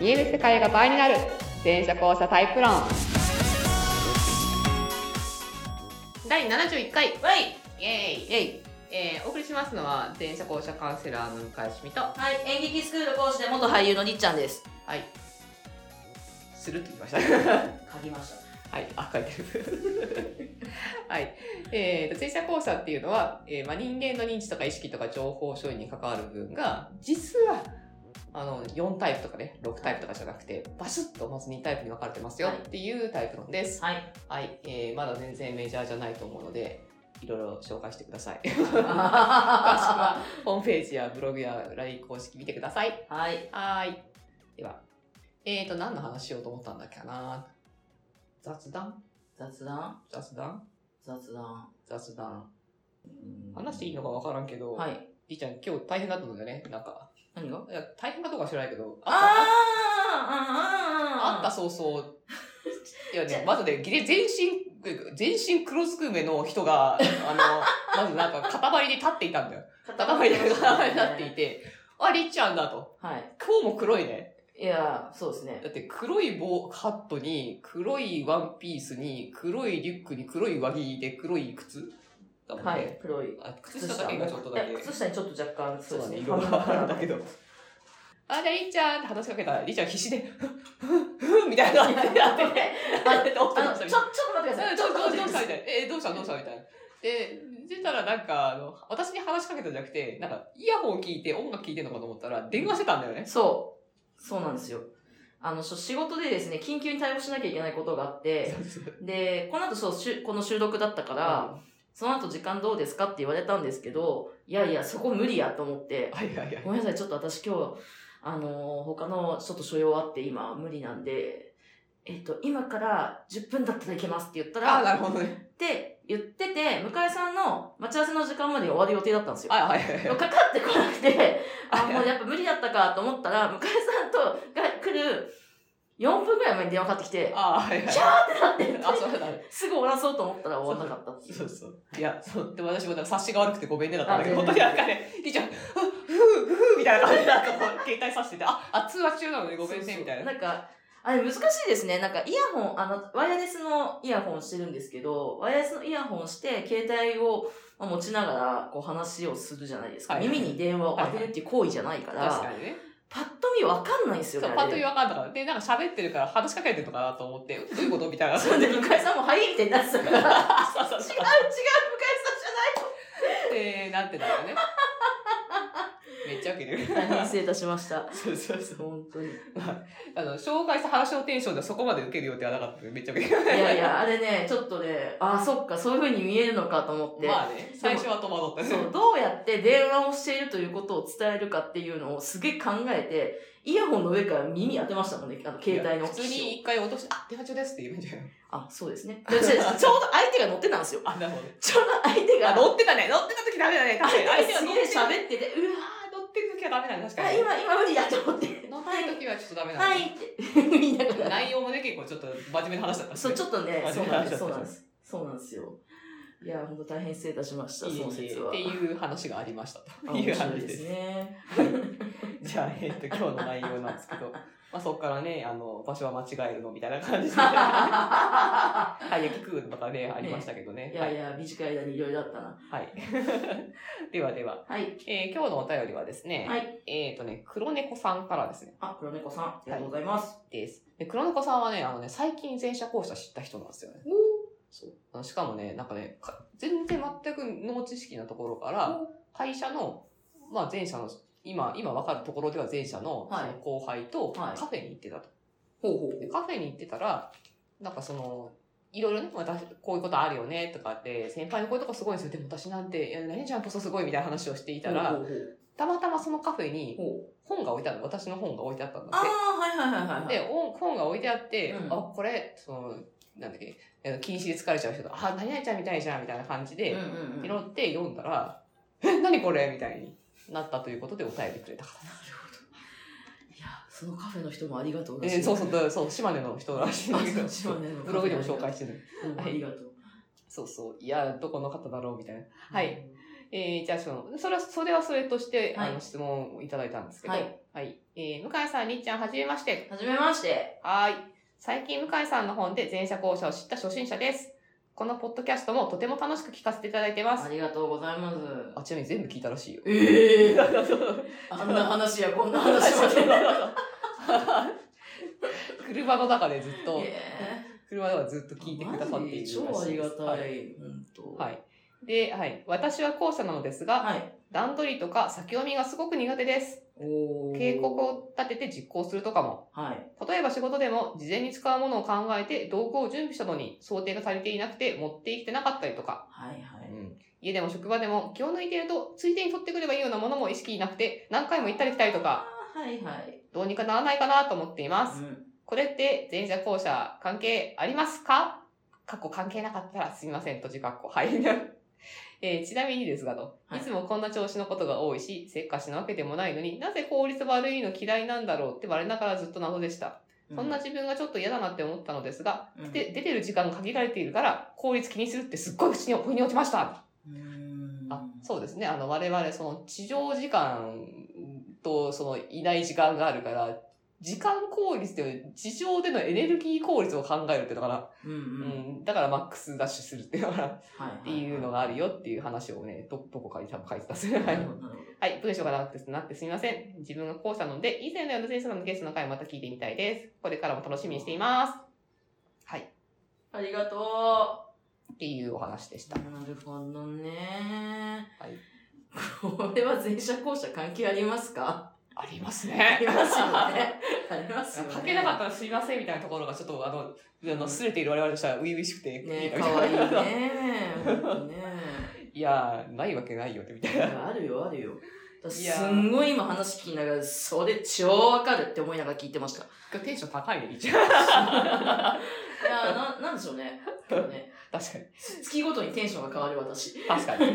見える世界が倍になる全車交差タイプ論第71回わいイエーイイエイえーお送りしますのは全車交差カウンセラーの向井しみとははい、演劇スクール講師で元俳優のにっちゃんです。いするって言いました は書きました。いあ書いてる はいえーと全社交差っていうのは、えーまあ、人間の認知とか意識とか情報処理に関わる部分が実はあの4タイプとかね6タイプとかじゃなくてバシッとまず2タイプに分かれてますよはいっていうタイプ論ですはい。はい、えーまだ全然メジャーじゃないと思うので、いろいろ紹介してくださ い。詳しくははホームページやブログや LINE 公式見てください。い。はーい。では、えーと、何の話しようと思ったんだっけかな雑談雑談雑談雑談。雑談。うん話していいのかわからんけど、。はいじい。いちゃん、今日大変だったんだよね。なんか、何がいや大変かどうか知らないけど、あああああああった早々。いや じゃね、まずね、ぎり全身、全身黒ずくめの人が、 あの、まずなんか塊で立っていたん だよ。頭に固になっていて、 あ、りっちゃんだと。はい。今日も黒いね。いや、そうですねだ。って黒い帽、ハットに、黒いワンピースに、黒いリュックに、黒い上着で、黒い靴だもんね。はい。黒い。あ靴下だけがちょっとだけえ。靴下にちょっと若干、そうだね、色色々があるんだけど。あ、じゃありっちゃんって話しかけたら、りっちゃん必死で、ふっふっふっみたいな感じにな ってね。あれって思ってあまの、しちたょ、みちたょいっな。うんちと待ってください。ょっとどうしたみた待っていな。え、どうしたどうしたみたいな。で、出たらなんか、あの、私に話しかけたんじゃなくて、なんか、イヤホン聞いて音楽聞いてんのかと思ったら、電話してたんだよね。そう。そうなんですよ。あの、しょ仕事でですね、緊急に対応しなきゃいけないことがあって、で、この後そう、しゅこの収録だったから、その後時間どうですかって言われたんですけど、いやいや、そこ無理やと思って、はいはいはい。ごめんなさい、ちょっと私今日、あのー他のちょっと所用あって今無理なんで、えっと、今から10分だったらいけますって言ったああ、ら、なっるほどね。て言ってて、向井さんの待ち合わせの時間まで終わる予定だったんですよ。はいはいはいでもかかってこなくて、あ、もうやっぱ無理だったかと思ったら、向井さんとが来る4分ぐらい前に電話かかってきて、ああ、はいはいキャ。ーってなって、あ、そうだね。すぐ終わらそうと思ったら終わらなかったっていう。そうそう。いや、そう。でも私もなんか察しが悪くてごめんねだったんだけど、あ本当になんかね、りいちゃん、あふう、ふう、みたいな感じで、なんかこう、携帯さしてて、あ、あ、通話中なのね、ごめんそうね、そうみたいな。なんか、あれ難しいですね。なんかイヤホン、あの、ワイヤレスのイヤホンしてるんですけど、ワイヤレスのイヤホンして、携帯をまあ持ちながら、こう話をするじゃないですか。はい耳に電話を当てるっていう行為じゃないから、確かにね。パッと見わかんないんでそすう、よね。パッとあれ言わかんだから。で、なんか喋ってるから話しかけてるのかなと思って、どういうことみたいな。それで、向井さんもはいみたいになってたから、そうそう違う違う、向井さんじそゃう。で、なんてだろうね。めっちゃウケる。ない大変失礼いたしました。そうそうそう。本当に。いあの、紹介した話のテンションではそこまで受ける予定はなかったので、めっちゃ受ける。やいや、あれね、ちょっとね、あ、そっか、そういう風に見えるのかと思って。まあね、最初は戸惑ったね。 そう、どうやって電話をしているということを伝えるかっていうのをすげえ考えて、イヤホンの上から耳当てましたもんね、あの、携帯の普通に一回落として、あ、電話中ですって言うんじゃん。あ、そうですね。でちょ ちょうど相手が乗ってたんですよ。あ、なるほど。ちょうど相手が、あ、乗ってたね。乗ってた時ダメだね。確かに。相手が乗ってすげる。え喋ってて、うわあー、乗ってる時はダメだね。確あ、かに。今、今無理だと思って。乗ってる時はちょっとダメだはね。いって言いながら。内容もね、結構ちょっと真面目な話だったね。そう、ちょっとね、あそうなんでそす。そううななんんでです。そうなんですよ。いや、本当大変失礼いたしました、いいそねの説は。っていう話がありましたあとい面う白い話でですす。 ね。じゃあ、えっと、今日の内容なんですけ ど、まあそこからね、あの、 場所は間違えるのみたいな感じで、いはい、雪食うのとかね、ありましたけどね。やいや、短い間にいろいろあったな。はい。 はい。ではでは、はい。えー今日のお便りはですね、はい。えっ、とね、黒猫さんからですね、あ、黒猫さん、ありがとうございます。です。で、黒猫さんはね、あのね、最近前者後者知った人なんですよね。そうあの。しかもね、なんかね、か全然全く脳知識なところから、会社の、まあ前者の、今、今わかるところでは前者のはいその後輩とカはいフェに行ってたと。ほうほでカフェに行ってたら、なんかその、いろいろね、私、こういうことあるよね、とかって、先輩のこういうとこすごいんですよ。でも私なんて、いや、何じゃんこそすごいみたいな話をしていたら、ほうほうたまたまそのカフェにほう本が置いてある、私の本が置いてあったんだあっあ、て。はいはいはいはい。で、お本が置いてあって、うんあ、これ、その、なんだっけ、あの禁止で疲れちゃう人が、あ、何々ちゃんみたいじゃんみたいな感じうで、んうんうん、拾って読んだら、え、何これみたいになったということでお便りくれたから。いや、そのカフェの人もありがとうえーそうそうそう、そう、島根の人らしいんだけどあ、そう島根のブログでも紹介してる。うんありがとう。そうそう、いや、どこの方だろうみたいな。はい。。えーじゃあその、それは、それはそれとして、はいあの、質問をいただいたんですけど、ははいい。。えー向井さん、りっちゃん、はじめまして。はじめまして。はーい。最近、向井さんの本で前者後者を知った初心者です。このポッドキャストもとても楽しく聞かせていただいてまあす。りがとうございます。あ、ちなみに全部聞いたら しいよ。ええ車あんな話やこんな話ま で。の中でずっと、え車の中でずっとえ聞いてくださっているらしいです。マジ超ありがはたい。い。本当。はい。で、はい。私は後者なのですが、はい。段取りとか先読みがすごく苦手です。おー警告。を立てて実行するとかも。はい。例えば仕事でも事前に使うものを考えて道具を準備したのに想定が足りていなくて持ってきてなかったりとか。はいはい。家でも職場でも気を抜いているとついでに取ってくればいいようなものも意識なくて何回も行ったり来たりとか、あー。はいはい。どうにかならないかなと思っています。うんこれって前者後者関係ありますか過去関係なかったらすみませんと自括弧。はい。 えーちなみにですがと、はいい、つもこんな調子のことが多いし、せっかちなわけでもないのになぜ効率悪いの嫌いなんだろうって我ながらずっと謎でした。そんな、自分がちょっと嫌だなって思ったのですが、うんで、出てる時間が限られているから、効率気にするってすっごい腑に腑に落ちました。うーんあそうですね。あの、我々、その、地上時間と、その、いない時間があるから、時間効率というより地上でのエネルギー効率を考えるっていうのかな。うんう。うんん。だから、マックスダッシュするっていうのかな。っははていうのがあるよっていう話をね、ど、どこかに多分書いてたんですね。はないるほどなるほどはい。文章が長くてなってすみません。自分が後者なので、以前のような前者のゲストの回また聞いてみたいです。これからも楽しみにしています。はい。 ありがとっていうお話でしう。た。なるほどね。はい。これは前者後者関係ありますか ありますあね。りますよね。ありますよ ね。かけなかったらすいませんみたいなところがちょっとあの、あの、すれている我々としては初々しくて、ねいい可な愛いみたいな。ね。ほんとね いやー、ないわけないよってみたいい な。やあるよ、あるよ。い私やすんごい今話聞きながら、それ超わかるって思いながら聞いてました。いテンション高いね、 一応。やーな、なんでしょう ね。でもね確かに。月ごとにテンションが変わる 私。確かに。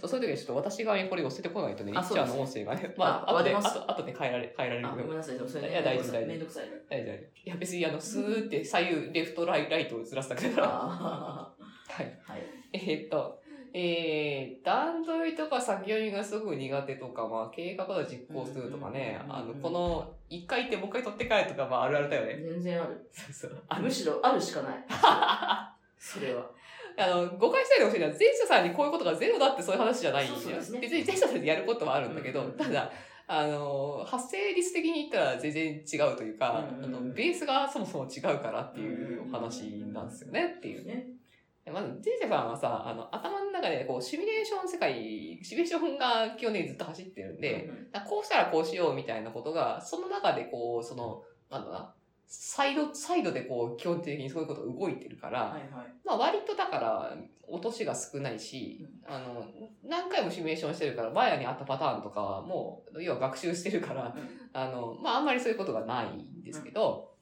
そうそういう時はちょっと私側にこれを捨ててこないとね、リあッチャーの音声がね、まあ、あ後で、わあかりますと、あとで変えられ、変えられるあ、けごめど。んなさい、でもそれいねや大丈夫大丈夫めんどくさい。大丈夫。いや、別にあの、スーって左右、レフト、ライライトをずらすだけだから。あはい。ーはい。えーっと、えー、段取りとか先読みがすごく苦手とか、まあ、計画を実行するとかね、うんうんあうんうんの、この、一回行ってもう一回取って帰るとか、まあ、あるあるだよね。全然ある。そうそう。あのむ、しろあるしかない。それは。あの誤解しないでほしいのは、前者さんにこういうことがゼロだってそういう話じゃないんだよそうそうですね別に前者さんでやることはあるんだけど、うんうんただ、あの、発生率的に言ったら全然違うというか、うんうんあの、ベースがそもそも違うからっていうお話なんですよね、っていう。ね。まず、ジェイジェさんはさ、あの、頭の中で、こう、シミュレーション世界、シミュレーションが基本的にずっと走ってるんで、うんだからこうしたらこうしようみたいなことが、その中でこう、その、なんだろうな、サイド、サイドでこう、基本的にそういうこと動いてるから、はいはい。まあ割とだから、落としが少ないし、あの、何回もシミュレーションしてるから、前にあったパターンとかはもう、要は学習してるから、あの、まああんまりそういうことがないんですけど、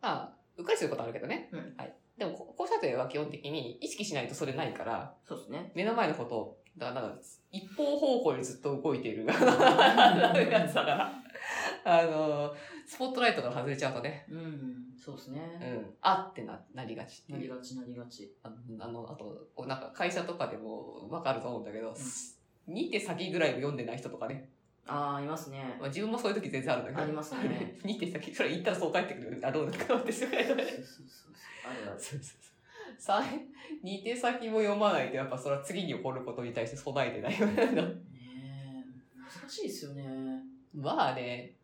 まあ、うっかりすることあるけどね。うんはい。でも、こ校舎というのは基本的に意識しないとそれないから、そうですね。目の前のこと、だからなんか、一方方向にずっと動いているやつだから、あの、スポットライトから外れちゃうとね、うん、そうですうね。ん、あってな、なりがちってないうりがちなりがち。あの、あのあと、こうなんか会社とかでもわかると思うんだけど、ん見て先ぐらいを読んでない人とかね。ああ、いますねま。あ自分もそういう時全然あるんだけど。ありますね。 見て先、それ言ったらそう帰ってくる。あ、どうなるかですよね。そうそうそうそう。あるある。 そうそうそう。三、似て先も読まないと、やっぱそれは次に起こることに対して備えてないよ ね。ねえ難しいですよね。まあね。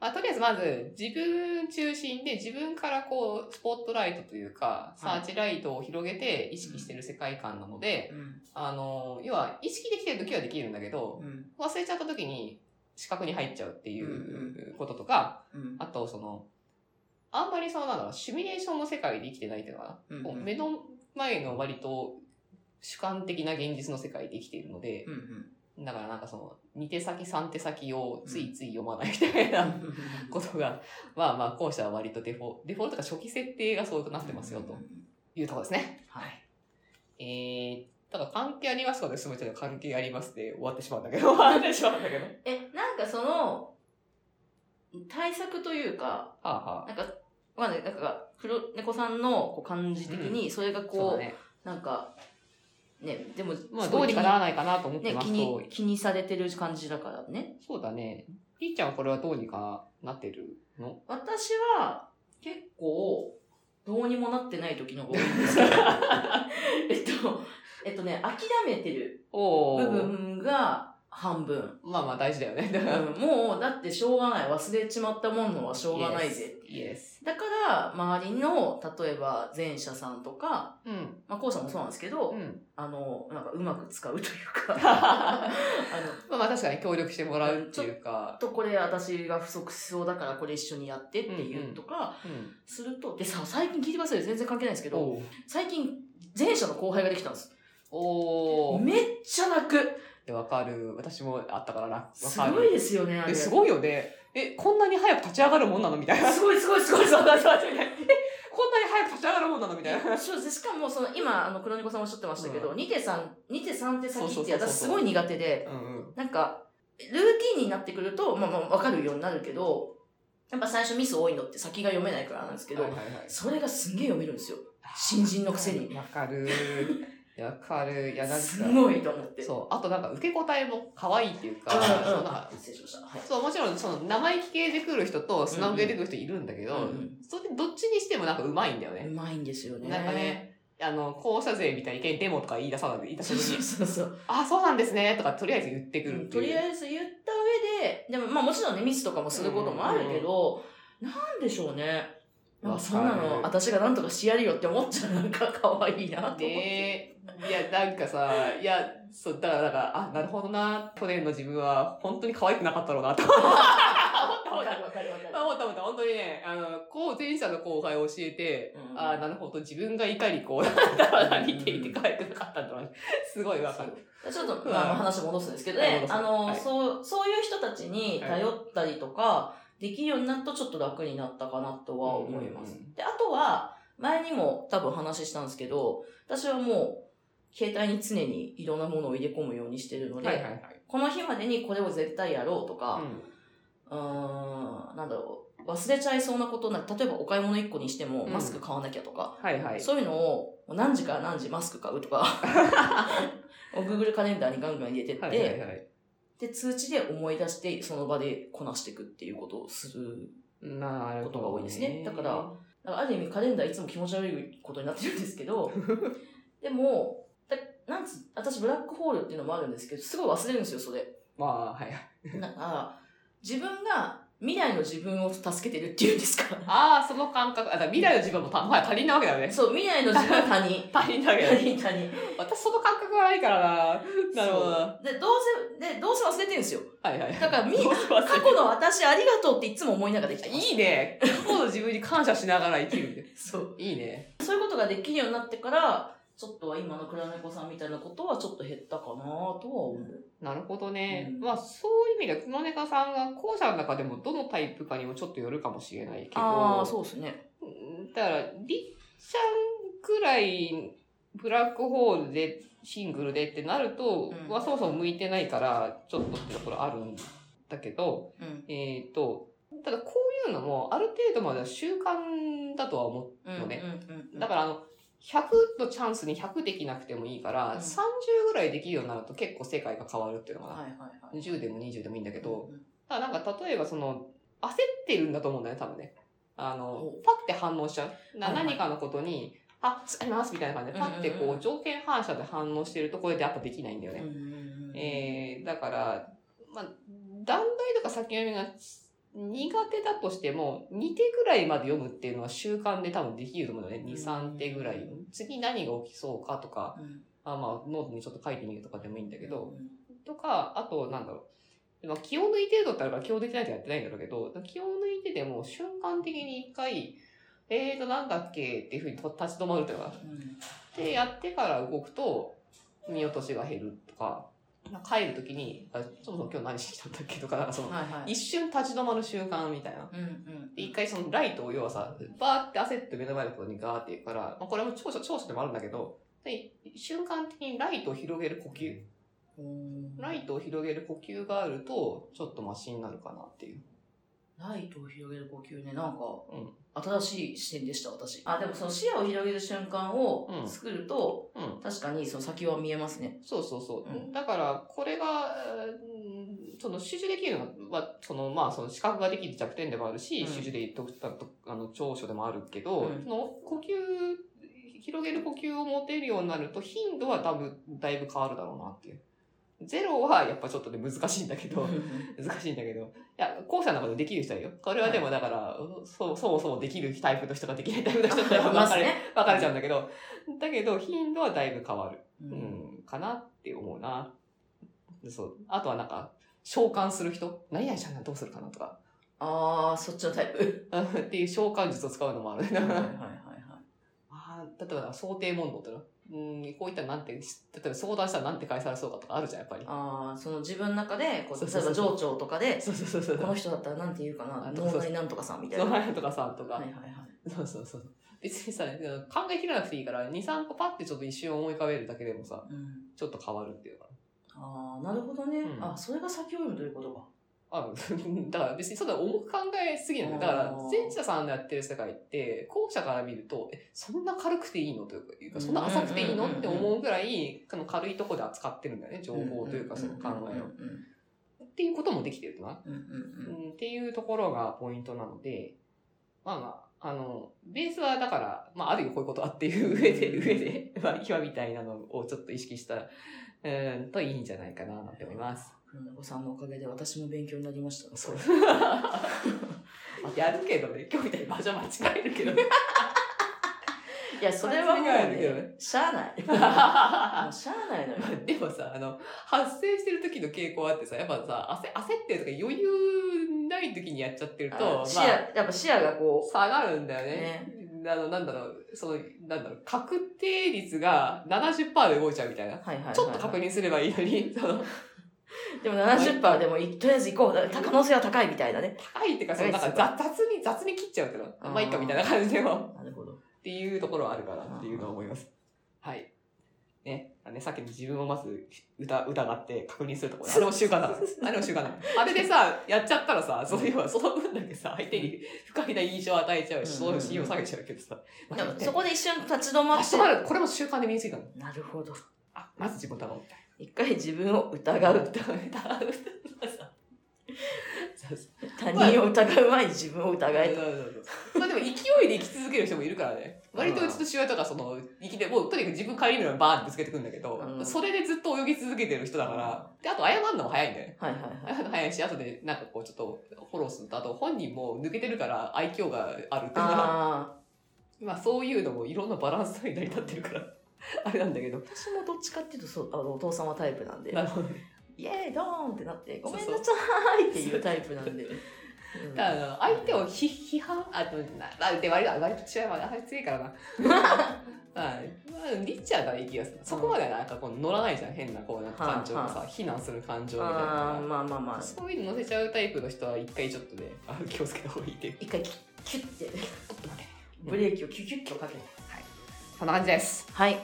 まあ、とりあえずまず、自分中心で自分からこう、スポットライトというか、サーチライトを広げて意識してる世界観なので、うん。あの、要は、意識できてる時はできるんだけど、うん。忘れちゃった時に、視覚に入っちゃうっていんううこととか、うん。あと、その、あんまりその、なんだろう、シミュレーションの世界で生きてないっていうのかうんな。うんこう目の前の割と主観的な現実の世界で生きているので、うんうん。だからなんかその、二手先三手先をついつい読まないみたいなことが、まあまあ、後者は割とデフォ、デフォルトとか初期設定がそうとなってますよ、とうんうんうんいうところですね。はい。えー、だから関係ありますかね、すべての関係ありますで終わってしまうんだけど、終わってしまうんだけど。はえ、なんかその、対策というか、あはあ。なんか、まあね、なんか、黒猫さんのこう感じ的に、それがそうこだう、ね。なんか、ね、でも、まあ、すごどういにかならないかなと思ってね、ま気すにと、、気にされてる感じだからね。そうだね。りーちゃんはこれはどうにかなってるの私は、結構、どうにもなってない時の方が多いんですけ ど、えっと、えっとね、諦めてるお部お。分が半分。まあまあ大事だよね。だからうんもう、だってしょうがない。忘れちまったものはしょうがないぜ。。イエス。だから、周りの、例えば前者さんとか、うん。まあ、後者もそうなんですけど、うん。あの、なんかうまく使うという か、あまの、あまあ確かに協力してもらうっていうちょっか。とこれ私が不足しそうだからこれ一緒にやってっていうとか、うん。すると、でさ、最近聞いてくださいよ。全然関係ないんですけど、お最近前者の後輩ができたんです。おお。めっちゃ楽でわかる。私もあったからな。わかる。すごいですよね、あれ。えすい。ごいよね。え、こんなに早く立ち上がるもんなのみたいな。すごいすごいすごい。そうそ うそうこんなに早く立ち上がるもんなのみたいな。そうですしかも、その、今、あの、黒猫さんおっしゃってましたけど、う2手3、2手3手そうそう先っそうてそう私すごい苦手で、うんうん。なんか、ルーティンになってくると、まあまあわかるようになるけど、やっぱ最初ミス多いのって先が読めないからなんですけど、はいはいはいそれがすんげえ読めるんですよ。新人のくせに。わかる。わかる。いや、なんか。すごいと思って。そう。あとなんか受け答えも可愛いっていうか、うんうんそうなんか失礼しました。はい。そう、もちろん、その、生意気系で来る人と、素直系で来る人いるんだけど、うんうんそれ、どっちにしてもなんか上手いんだようね。まいんですよね。なんかね。あの、校舎勢みたいに、けんデモとか言い出さない、 言い出さそうずそうに、そうそう。あ、そうなんですね、とか、とりあえず言ってくるってといりう。あえず言った上で、でもまあもちろんね、ミスとかもすることもあるけど、なんでしょうね。なんかそんなわかのる私がなんとかしてやるよって思っちゃうなんか可愛いなと思って。ねえ。いや、なんかさ、いや、そう、だから、だから、あ、なるほどな、去年の自分は、本当に可愛くなかったろうな、と。思った思わっかたるわかるわかる。思った思った、本当にね、あの、こう、前者の後輩を教えて、うんああ、なるほど。自分がいかにこう、なんだ ろうな、見ていて可愛くなかったんだろうな。すごいわかる。ちょっと、うんまあ、話戻すんですけどはいね、戻すあの、はいそう、そういう人たちにはい頼ったりとか、できるようになるとちょっと楽になったかなとは思います。うんうんうんで、あとは、前にも多分話したんですけど、私はもう、携帯に常にいろんなものを入れ込むようにしてるので、はい。この日までにこれを絶対やろうとうか、んうーん、なんだろう、忘れちゃいそうなことな、例えばお買い物1個にしてもうんマスク買わなきゃとか、はいはい。そういうのを、何時から何時マスク買う とか、Google カレンダーにガンガン入れてって、はいはいはい。で、通知で思い出して、その場でこなしていくっていうことをする。なるほど、ことが多いですねだから、だからある意味カレンダーいつも気持ち悪いことになってるんですけ ど、でも、だなんつ私ブラックホールっていうのもあるんですけど、すごい忘れるんですよ、そ れ。まあ、はいはい。だから、自分が未来の自分を助けてるっていうんですか。ああ、その感覚。あ、だから未来の自分もた、まあ、他人なわけだよ ね。そう、未来の自分は 他人。他人なわけだ他よね。人、他人。私その感覚がない からな。なるほどな。そうで、どうせ、で、どうせ忘れてるんですよ。はいはい。だからみどうします過去の私ありがとうっていつも思いながらできてますいいね。過去の自分に感謝しながら生きる。そう。いいね。そういうことができるようになってから、ちょっとは今の黒猫さんみたいなことはちょっと減ったかなとは思う。なるほどね。うんまあ、そういう意味で、黒ネカさんが後者の中でもどのタイプかにもちょっとよるかもしれないけど。ああ、そうですね。うんだから、りっちゃんくらい、ブラックホールで、シングルでってなると、うんまあそもそも向いてないから、ちょっとってところあるんだけど、うん。えっ、と、ただこういうのも、ある程度までは習慣だとは思うんそうねうんうんうう。んだからあの、100のチャンスに100できなくてもいいから、うん30ぐらいできるようになると結構世界が変わるっていうのかな。はいはいはい。 10でも20でもいいんだけど、うんうんただなんか例えばその、焦ってるんだと思うんだよね、多分ね。あのお、パッて反応しちゃう。なはいはい何かのことに、あ、ありますみたいな感じで、パッてうんうんこうう、条件反射で反応してるとこれでやっぱできないんだようんね。うんうんえー、だから、まあ、段題とか先読みが苦手だとしても、2手ぐらいまで読むっていうのは習慣で多分できると思うんだよね。2、3手ぐらい。次何が起きそうかとか、うんあまあ、ノートにちょっと書いてみるとかでもいいんだけど、うんうんとか、あと、なんだろう。まあ、気を抜いてるのってあるから気を抜いてないとやってないんだろうけど、気を抜いてても瞬間的に一回、えーと、なんだっけっていうふうにと立ち止まるというか、うんで、やってから動くと、見落としが減るとか、まあ帰るときに、あそもそも今日何してきたんだっけとか、なんかその、はいはい。一瞬立ち止まる習慣みたいな。うんうんで、一回そのライトを要はさ、バーって焦って目の前のことにガーって言うから、まあ、これも長所、長所でもあるんだけど、で瞬間的にライトを広げる呼吸。うんライトを広げる呼吸があると、ちょっとマシになるかなっていう。ライトを広げる呼吸ね、なんか、うん新しい視点でした、私。あ、でもその視野を広げる瞬間をうん作ると、うん。確かにその先は見えますね。そうそうそう。うんだから、これが、うんその、集中できるのは、その、まあ、その、視覚ができる弱点でもあるし、うん集中で得たと、あの、長所でもあるけど、うんその、呼吸、広げる呼吸を持てるようになると、頻度は多分、だいぶ変わるだろうなっていう。ゼロは、やっぱちょっとね、難しいんだけ ど、難しいんだけど。いや、後者の中でできる人だよ。これはでもだから、そう、そもそもできるタイプの人ができないタイプの人って分 まかすれ、ね。分かれちゃうんだけど、だけど、頻度はだいぶ変わる。うんうん、かなって思うな。そう。あとはなんか、召喚する人何々ちゃんならどうするかなとか。 ああ、そっちのタイプ。あっていう召喚術を使うのもある。はいはいはいあはい。 あー、例えば想定問答ってのうん、こういったらなんて、例えば相談したらなんて返されそうかとかあるじゃん、やっぱり。ああ、その自分の中で、こう、そ例うそうえそうば情緒とかで、そうそうそうそう。この人だったらなんて言うかなあ、そう脳そう内なんとかさんみたいそな。うはいなんとかさんとか、はいはい。そうそうそう。別にさ、考えきらなくていいから、2、3個パッてちょっと一瞬思い浮かべるだけでもさ、うんちょっと変わるっていうか。ああ、なるほどねう。んあ、それが先を読むということか。あ、 だから別にそんな重く考えすぎない。だからあ、ー前者さんのやってる世界って、後者から見ると、え、そんな軽くていいのというか、そんな浅くていいのうんうんうんうんって思うぐらい、あの軽いとこで扱ってるんだよね、情報というか、その考えを。っていうこともできてるな。うんうんうんうん。うんっていうところがポイントなので、まあまあ、あの、ベースはだから、まああるよ、こういうことはっていう上で、上で、 まあ今みたいなのをちょっと意識した、うん、といいんじゃないかな、なんて思います。黒猫さんのおかげで私も勉強になりました。そう。やるけどね、今日みたいに場所間違えるけどね。いや、それはもう、間違いないけどねね、しゃ あない。もうましゃあないのよ。あでもさ、あの、発生してる時の傾向あってさ、やっぱさ、焦焦ってるとか余裕ない時にやっちゃってると、あまあ、視野、やっぱ視野がこ下がるんだよねね。あの、なんだろう、その、なんだろう、確定率が70%で動いちゃうみたいな。う、はいはいはいはいちょっと確認すればいいのに、その、でも70%でも、いとりあえず行こう。だ可能性は高いみたいなね。高いっていうか、その、なんか雑雑に、雑に切っちゃうけど、まあ、いっかみたいな感じでも。なるほど。っていうところはあるかなっていうのは思います。はい。ね。あねさっきの自分をまず疑疑って確認するところ。あれも習慣 だ。あれも習慣だ。あれでさ、やっちゃったらさ、そういえばその分だけさ、相手に不快な印象を与えちゃうし、うんそうんうのん信用下げちゃうけどさ。でもそここで一瞬立ち止まあ、っしてま、る。これも習慣で身についたの。なるほど。あ、まず自分を疑おう。一回自分を疑疑う。う。 疑う。そうそう他人を疑う前に自分を疑えと。まあでも勢いで生き続ける人もいるからね。割とうちの父親とかその、生きて、もうとにかく自分帰り見るのにバーンってぶつけてくるんだけど、うんそれでずっと泳ぎ続けてる人だから、で、あと謝るのも早いんだよね。はいはいはい。謝るの早いし、あとでなんかこうちょっとフォローすると、あと本人も抜けてるから愛嬌があるっていうのがあ まあそういうのもいろんなバランスに成り立ってるから、あれなんだけどあ。。私もどっちかっていうと、そう、あの、お父さんはタイプなんで。なるほどね。イエーイドーンってなって、ごめんなさそういっていうタイプなんで。うんだからあの相手をひ批判、あと、ななで割と、割と父親はあれ強いからな。はい。まあ、リッチャーだらいい気がする。そこまでなんかこう乗らないじゃん、変なこうなんか感情がさ、非難する感情みたいなあのーまあまあまが。あそういうの乗せちゃうタイプの人は一回ちょっとね、あの気をつけた方がいいっていう。一回キュッキュッてうんブレーキをキュキュッとかけてそんな感じです。はい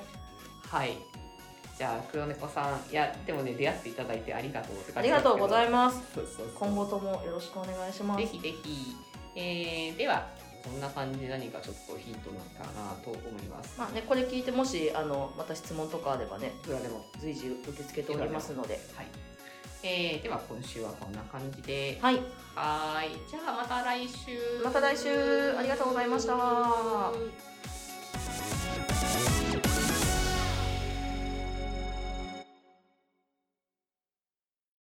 はい。じゃあ、黒猫さん、いや、でもね、出会っていただいてありがとうってあ感りじがとうござまいますす。そうそうそう今後ともよろしくお願いしますぜひぜひ。えー、では、こんな感じで何かちょっとヒントになったかなと思います。まあねこれ聞いてもしあのまた質問とかあればねいくらでも。随時受け付けておりますのではい。えー、では今週はこんな感じで。はいはーい。じゃあまた来週。また来週ありがとうございました